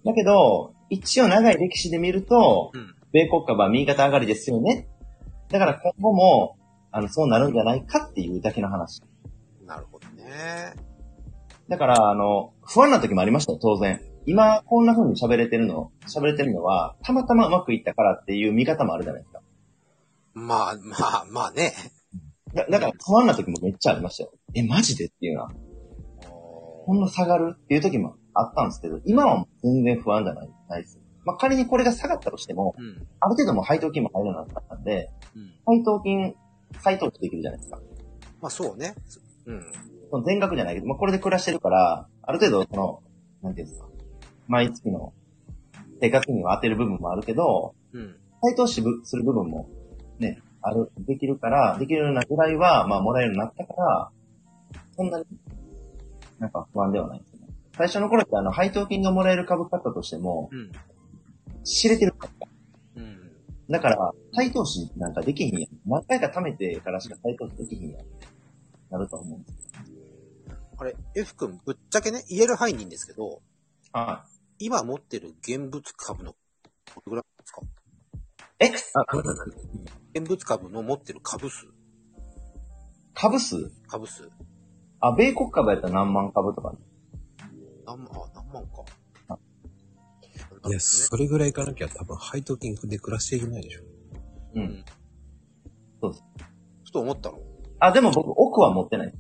だけど、一応長い歴史で見ると、
うん
米国株は右肩上がりですよね。だから今後も、あの、そうなるんじゃないかっていうだけの話。
なるほどね。
だから、あの、不安な時もありましたよ、当然。今、こんな風に喋れてるの、喋れてるのは、たまたまうまくいったからっていう見方もあるじゃないですか。
まあまあまあね。
だだから、不安な時もめっちゃありましたよ。え、マジでっていうのは。こんな下がるっていう時もあったんですけど、今はもう全然不安じゃないないです。まあ、仮にこれが下がったとしても、
うん。
ある程度もう配当金も入らなかったんで、
うん。
配当金、再投資できるじゃないですか。
まあそうね。うん。
その全額じゃないけど、まあ、これで暮らしてるから、ある程度、その、なんていうんですか、毎月の生活費には当てる部分もあるけど、
うん。
再投資ぶする部分も、ね、ある、できるから、できるようなぐらいは、まあ、もらえるようになったから、そんなに、なんか不安ではないですね。最初の頃って、あの、配当金がもらえる株買ったとしても、
うん。
知れてるから。
うん。
だから、再投資なんかできひんやん。何回か貯めてからしか再投資できひんやん。なると思うんです。
あれ、F 君、ぶっちゃけね、言える範囲にいいんですけど、
はい。
今持ってる現物株の、どれぐらいですか
えあ、ごめんなさい
現物株の持ってる株数、
株数
株数。
あ、米国株やったら何万株とかね。
何万、あ、何万か。
あ
いや、それぐらいいかなきゃ多分配当金で暮らしていけないでしょ。
う
うん
ん。
ふと思ったの。
あ、でも僕、奥は持ってない。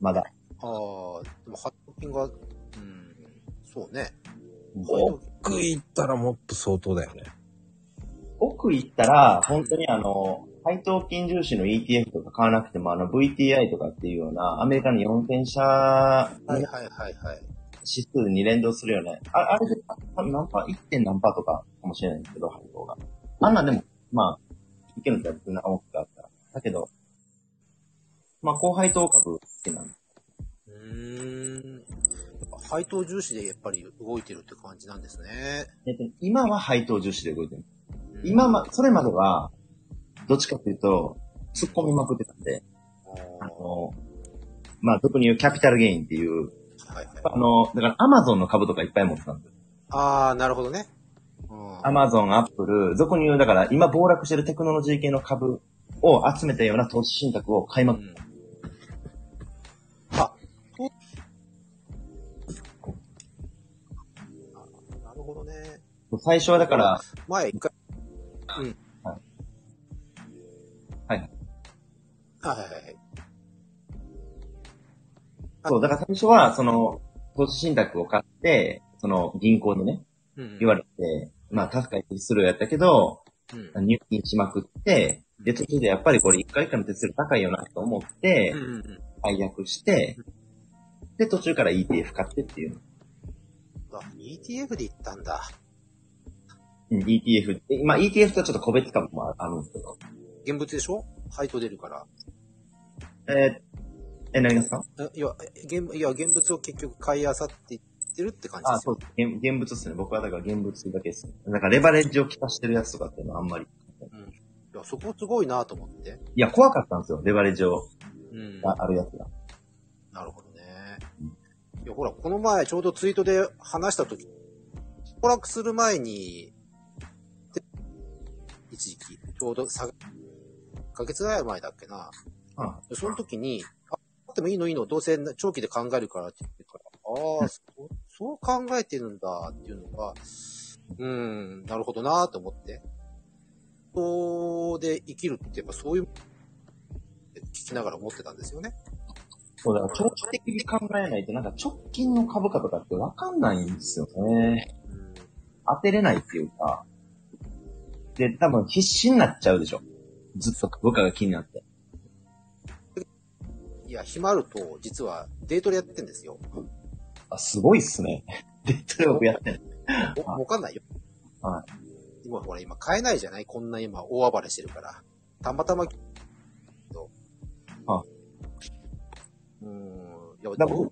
まだ。
ああ、でも発行金が、うん、そうね。
奥行ったらもっと相当だよね。
奥行ったら、本当にあの、配当金重視の ETF とか買わなくても、あの、VTI とかっていうような、アメリカの4000社
はい
指
はいはいはい。
数に連動するような、ああれで、あ何パー ?1. 点何パーとかかもしれないんですけど、配当が。あんなんでも、まあ、いけるんだよ、な奥があったら。だけど、まあ、高配当株好きなんで
うーん。やっぱ配当重視でやっぱり動いてるって感じなんですね。
えっと今は配当重視で動いてる。
うん
今ま、それまでは、どっちかっていうと、突っ込みまくってたんで、
あー
あの、まあ、特に言うキャピタルゲインっていう、
はいはい。
あの、だからアマゾンの株とかいっぱい持ってたんですよ。
ああ、なるほどね。うん。
アマゾン、アップル、俗に言う、だから今暴落してるテクノロジー系の株を集めたような投資信託を買いうまく、
ん、あ、とあなるほどね。
最初はだから、
前一回、うん。
はいはい。
はいはいはい。あ
そう、だから最初は、その、投資信託を買って、その、銀行にね、
うん
言われて、まあ、確かにするようやったけど、
うん
入金しまくって、で、途中でやっぱりこれ一回一回の手数料高いよなと思って
うん、うんうん。
解約して、で、途中から ETF 買ってっていう。
あ、ETF で行ったんだ。
うん ETF。えまあ ETF とはちょっと個別株もあるんですけど。
現物でしょ配当出るから。
えーえ、なりますか
えいや、現いや現物を結局買い漁っていっってるって感じ
あ
で
あ、
す
そう
よ。
です。現現物っすね。僕はだから現物だけですね。なんかレバレッジを効かしてるやつとかっていうのはあんまり。
いや、そこすごいなと思って。
いや、怖かったんですよ。レバレッジを、
うん。
があるやつが。
なるほどね。いや、ほら、この前ちょうどツイートで話した時、崩落する前に、て一時期、ちょうどさ、1ヶ月ぐらい前だっけな。
は
でその時に、あ、あってもいいのいいの、どうせ長期で考えるからって言ってから、ああ、そそう考えてるんだっていうのが、うん、なるほどなと思って。そうで生きるってやっぱそういう、聞きながら思ってたんですよね。
そうだから、長期的に考えないと、なんか直近の株価とかってわかんないんですよね。
うん
当てれないっていうか。で、多分必死になっちゃうでしょ。ずっと株価が気になって。
いや、ヒマると、実はデートでやってんですよ。
あ、すごいっすね。デッドレオやってる。
お
はい
儲かんないよ。。
はい
今、ほら、今買えないじゃないこんな今、大暴れしてるから。たまたま、
は
うーん。いや、
だから僕、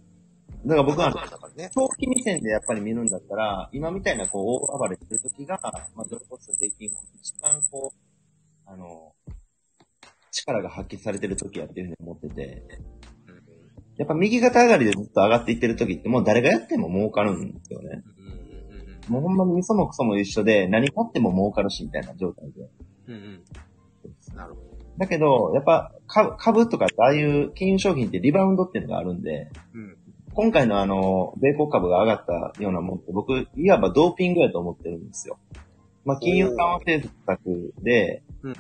だから僕は、
だからね。
長期目線でやっぱり見るんだったら、今みたいなこう、大暴れするときが、まあ、ドルコスト税金も一番こう、あの、力が発揮されてるときやっていうふうに思ってて、
うん
やっぱ右肩上がりでずっと上がっていってるときってもう誰がやっても儲かるんですよね。
うんうん
もうほんまに味噌もクソも一緒で、何買っても儲かるしみたいな状態で。
うんうんうんなるほど。
だけど、やっぱ株株とかってああいう金融商品ってリバウンドっていうのがあるんで、
うん。
今回のあの、米国株が上がったようなもんって、僕、いわばドーピングやと思ってるんですよ。まあ、金融緩和政策で、
うん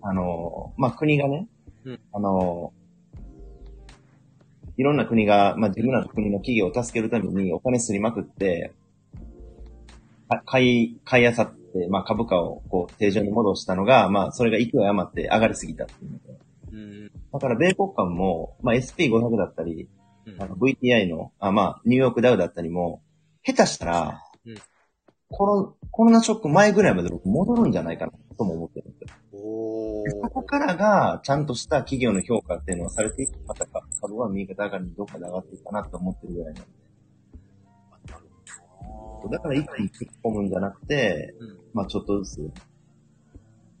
あの、まあ、国がね、
うん
あの、いろんな国が、まあ、自分らの国の企業を助けるためにお金すりまくって、あ買い、買いあさって、まあ、株価をこう、正常に戻したのが、まあ、それが勢い余って上がりすぎたっていうので
うん
だから、米国株も、まあ、SP500 だったり、
うん
あの VTI の、あ、まあ、ニューヨークダウだったりも、下手したら、
うん
コロコロナショック前ぐらいまで僕戻るんじゃないかなとも思ってるんですよ。
お
ここ
ー。
からが、ちゃんとした企業の評価っていうのはされていく、またか株は右肩上がりにどっかで上がっていくかなと思ってるぐらいなんで。だから一気に突っ込むんじゃなくて、
うん
まあちょっとずつ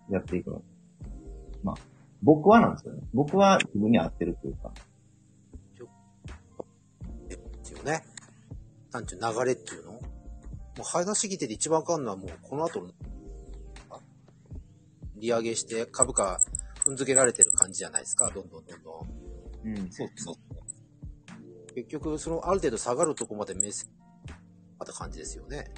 やっていくの。まあ、僕はなんですよね。僕は自分に合ってるというか。
っていうね。なんていう流れっていうのもう話しぎてで一番わかんのはもうこの後の、あ利上げして株価踏んづけられてる感じじゃないですか、どんどんどんどん。
うん、そうそう。
結局、そのある程度下がるとこまで目線、あった感じですよね。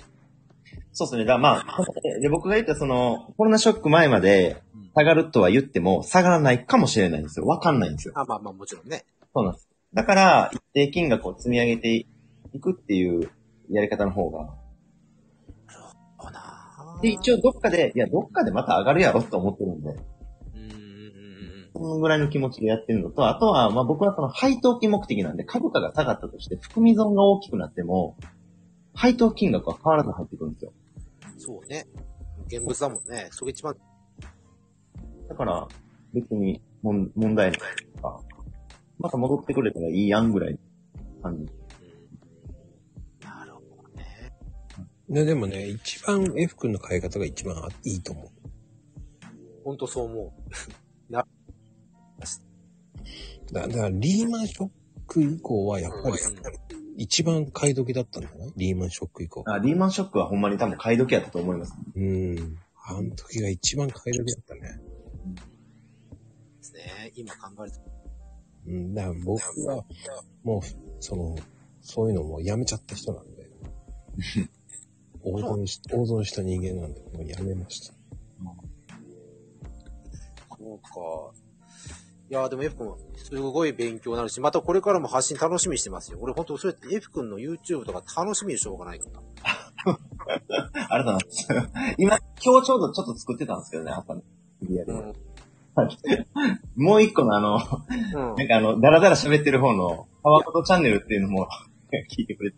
そうですね。だまあ、で僕が言ったその、コロナショック前まで下がるとは言っても、下がらないかもしれないんですよ。わかんないんですよ。
あまあまあもちろんね。
そうなんです。だから、一定金額を積み上げていくっていうやり方の方が。
あな
で、一
応。
応どっかで、いや、どっかでまた上がるやろと思ってるんで、
うんうんうん
そのぐらいの気持ちでやってるのと、あとは、まあ僕はその配当金目的なんで、株価が下がったとして、含み損が大きくなっても、配当金額は変わらず入ってくるんですよ。
うん。そうね。現物だもんね。それ一番、
だから、別にもん問題ないとか、また戻ってくれたらいいやんぐらいの感じ。
なるほどね。
ね、でもね、一番 F 君の買い方が一番いいと思う。
ほんとそう [LAUGHS] 思
だだからリーマンショック以降はやっぱり一番買い時だったんじゃないリーマンショック以降。
あ、リーマンショックはほんまに多分買い時やったと思います。
うん。あの時が一番買い時だったね。
うんですね。今考えると。
うん。だから僕は、もう、その、そういうのもうやめちゃった人なんで。大損し、大損した人間なんで、もうやめました。
そうか。いやーでも F 君、すごい勉強になるし、またこれからも発信楽しみにしてますよ。俺ほんとそうやって F 君の YouTube とか楽しみにしょうがないから。
ありがとうございます。 [LAUGHS] 今、今日ちょうどちょっと作ってたんですけどね、朝の。いやでももう一個のあの、
うん。うん
なんかあの、ダラダラ喋ってる方の、パワーコトチャンネルっていうのも [LAUGHS] 聞いてくれて、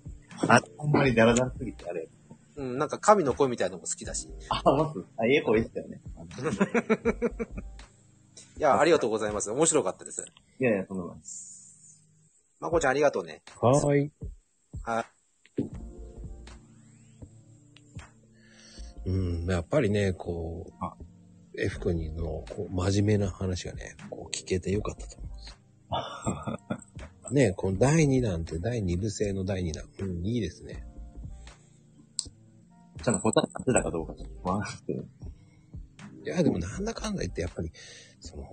あ、ほんまにダラダラすぎてあれ。
うん、なんか神の声みたいなのも好きだし。
あ、まず、あ、ええ声でしたよね。あの
いや、ありがとうございます。面白かったです。
いやいや、とんでもないです。
まこちゃんありがとうね。
はーい。
うん、やっぱりね、こ
あ
う、F 君のこう真面目な話がね、こう聞けてよかったと思うん
[LAUGHS]
です。ねこの第2弾って第2部制の第2弾。うん、いいですね。
ちゃんと答え合ってたかどうかちょっと不安ですけど。
いや、でもなんだかんだ言って、やっぱり、その、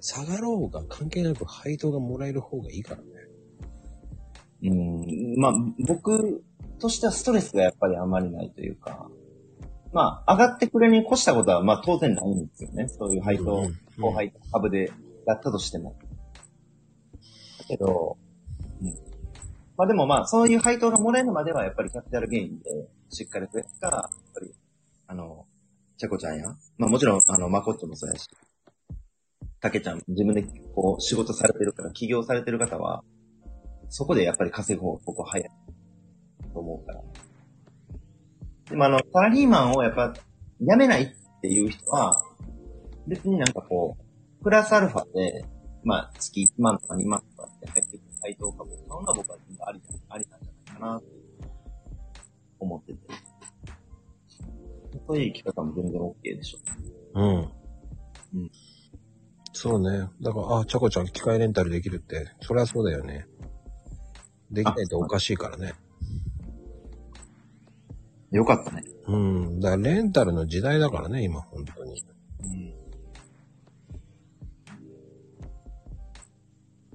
下がろうが関係なく配当がもらえる方がいいからね。
うん、まあ、僕としてはストレスがやっぱりあまりないというか、まあ、上がってくれに越したことは、まあ当然ないんですよね。そういう配当、
うん
後輩株でやったとしても。だけど、うん、まあでもまあ、そういう配当がもらえるまでは、やっぱりキャピタルゲインでしっかり増やすか、やっぱり、あの、ちゃこちゃんや、まあもちろん、あの、まこっちょもそうやし、たけちゃん、自分でこう、仕事されてるから、起業されてる方は、そこでやっぱり稼ぐ方が僕は早いと思うから。でもあの、サラリーマンをやっぱ、辞めないっていう人は、別になんかこう、プラスアルファで、まあ、月1万とか2万とかって入ってくる配当株を買うのは僕は全然ありだありなんじゃないかな、って思ってて。そういう生き方も全然 OK でしょ。
うん。
うん
そうね。だから、あ、ちゃこちゃん機械レンタルできるって、そりゃそうだよね。できないとおかしいからね。
よかったね。
うん。だからレンタルの時代だからね、今、本当に。
うん。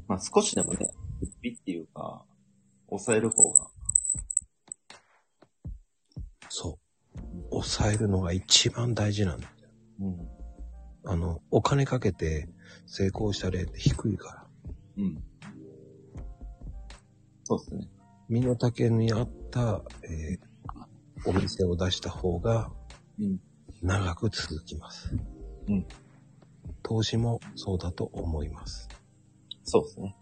まあ少しでもね、出費っていうか、抑える方が、
そう。抑えるのが一番大事なんだよ。
うん。
あの、お金かけて成功した例って低いか
う
ら。
ん。そうですね。
身の丈に合った、えーお店を出した方が
うん。
長く続きます。
うん。
投資もそうだと思います。
そうですね。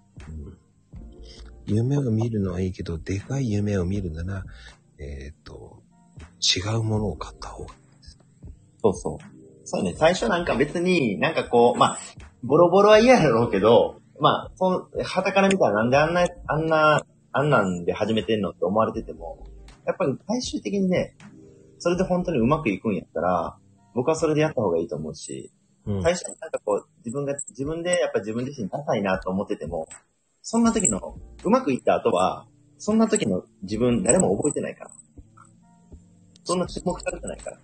夢を見るのはいいけど、でかい夢を見るなら、えーっ、と、違うものを買った方が。
そうそう。そうね、最初なんか別になんかこう、まあ、ボロボロは嫌やろうけど、まあ、その、旗から見たらなんであんな、あんな、あんなんで始めてんのって思われてても、やっぱり最終的にね、それで本当にうまくいくんやったら、僕はそれでやった方がいいと思うし、
うん。
最初になんかこう、自分が、自分でやっぱ自分自身ダサいなと思ってても、そんな時の、うまくいった後は、そんな時の自分誰も覚えてないから。そんな注目されてないから。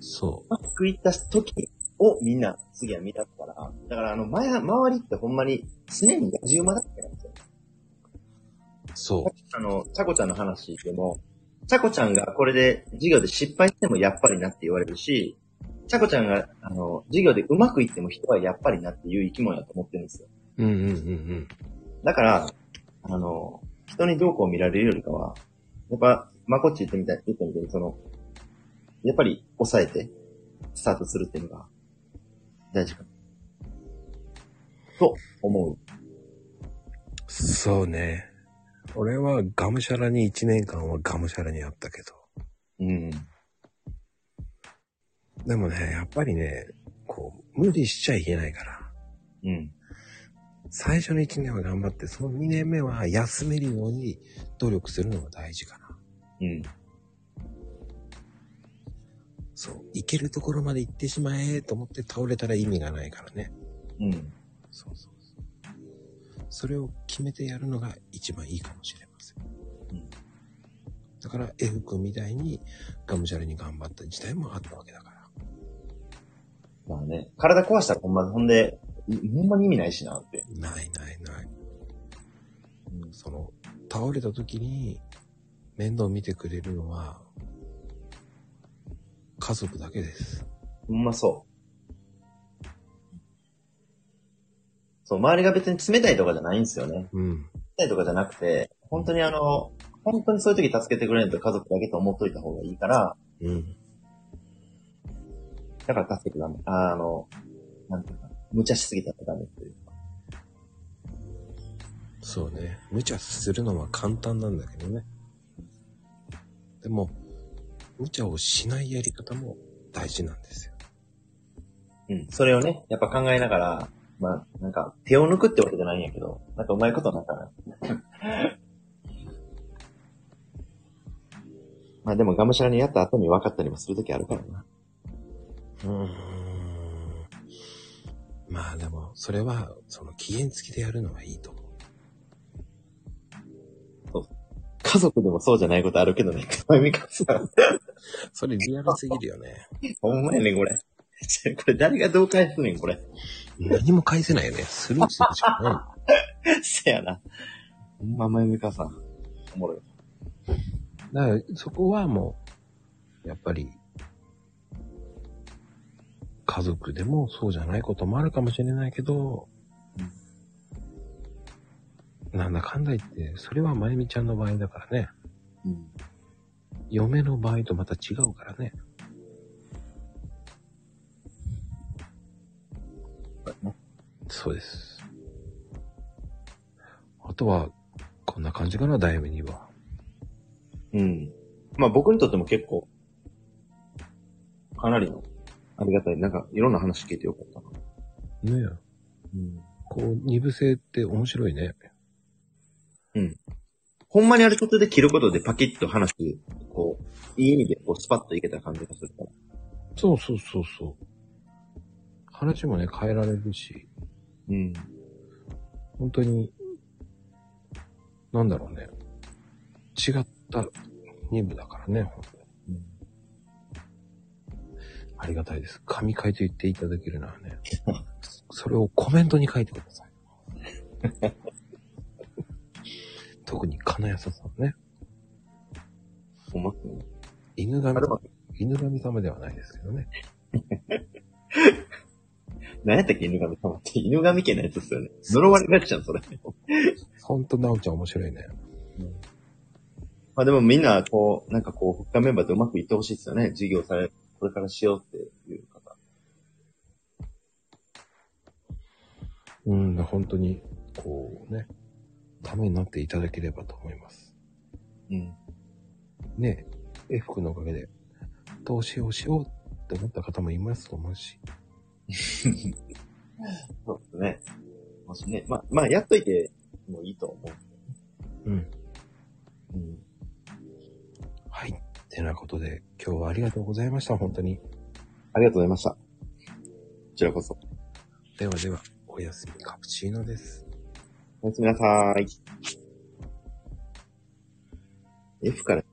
そう
まくいった時をみんな次は見たから。だからあの、前、周りってほんまに常に野じ馬だったんですよ。
う。そ
あの、ちゃこちゃんの話でも、ちゃこちゃんがこれで授業で失敗してもやっぱりなって言われるし、ちゃこちゃんが、あの、授業でうまくいっても人はやっぱりなっていう生き物だと思ってるんですよ。
う。うんうんうん
だから、あの、人にどうこう見られるよりかは、やっぱ、まこっち言ってみたい、言ったみたいに、その、やっぱり抑えて、スタートするっていうのが、大事かな。と、思う。
うん。そうね。俺はがむしゃらに1年間はがむしゃらにやったけど。
うん。
でもね、やっぱりね、こう、無理しちゃいけないから。
うん。
最初の1年は頑張って、その2年目は休めるように努力するのが大事かな。
うん。
そう。行けるところまで行ってしまえと思って倒れたら意味がないからね。
うん。
そうそうそう。それを決めてやるのが一番いいかもしれません。
うん
だから F 君みたいにがむしゃらに頑張った時代もあったわけだから。
まあね、体壊したらほんま、ほんで、いほんまに意味ないしなって。
ないないない。
うん。
その、倒れた時に面倒見てくれるのは家族だけです。
ほんまそう。そう、周りが別に冷たいとかじゃないんですよね。
うん。
たいとかじゃなくて、本当にあの、本当にそういう時助けてくれると家族だけと思っといた方がいいから、
うん。
だから助けてダメ。ああの、なんていうか、無茶しすぎたらダメっていうか。
そうね。無茶するのは簡単なんだけどね。でも、無茶をしないやり方も大事なんですよ。
うん。それをね、やっぱ考えながら、まあ、なんか、手を抜くってわけじゃないんやけど、なんか [LAUGHS] うまいことなったら、まあでも、がむしゃらにやった後に分かったりもするときあるからな。
うーん。まあでも、それは、その期限付きでやるのはいいと思う。
家族でもそうじゃないことあるけどね。かわいみかさん。 [LAUGHS]
それリアルすぎるよね。
ほんまやねん、これ。 [LAUGHS] これ誰がどう返すねん、これ。 [LAUGHS]
何も返せないよね。スルーするしかない。
せやな。ほんま、まゆみかさん。おもろい。
だから、そこはもう、やっぱり、家族でもそうじゃないこともあるかもしれないけど、なんだかんだ言って、それはまゆみちゃんの場合だからね。
うん。
嫁の場合とまた違うからね。そうです。あとは、こんな感じかな、ダイムには。
うん。まあ僕にとっても結構、かなりの、ありがたい。なんか、いろんな話聞いてよかったな。
ねえ。
うん。
こう、二部制って面白いね。
ほんまにあれちょっとで切ることでパキッと話、こう、いい意味で、こう、スパッといけた感じがするから。
そうそうそうそう。話もね、変えられるし、
うん。
本当に、なんだろうね。違った二部だからね、本当に
うん
ありがたいです。神回と言っていただけるならね。それをコメントに書いてください。 [LAUGHS] 特に金谷さんね。
ほんま、
犬神
あれ
様、
は
犬神様ではないですけどね。
何やったっけ犬神様って。犬神家のやつですよね。呪われがちじゃん、それ。
ほんと、なおちゃん面白いね。
まあでもみんな、こう、なんかこう、復活メンバーとうまくいってほしいですよね。事業され、これからしようっていう方。
うん、本当に、こうね、ためになっていただければと思います。
うん。
ねえ、F 君のおかげで、投資をしようって思った方もいますと思うし。
そうですね。もしね、まあ、まあ、やっといてもいいと思
うん。
う。うん。
はい。てなことで、今日はありがとうございました、本当に。
ありがとうございました。こちらこそ。
ではでは、おやすみカプチーノです。
おやすみなさーい。F から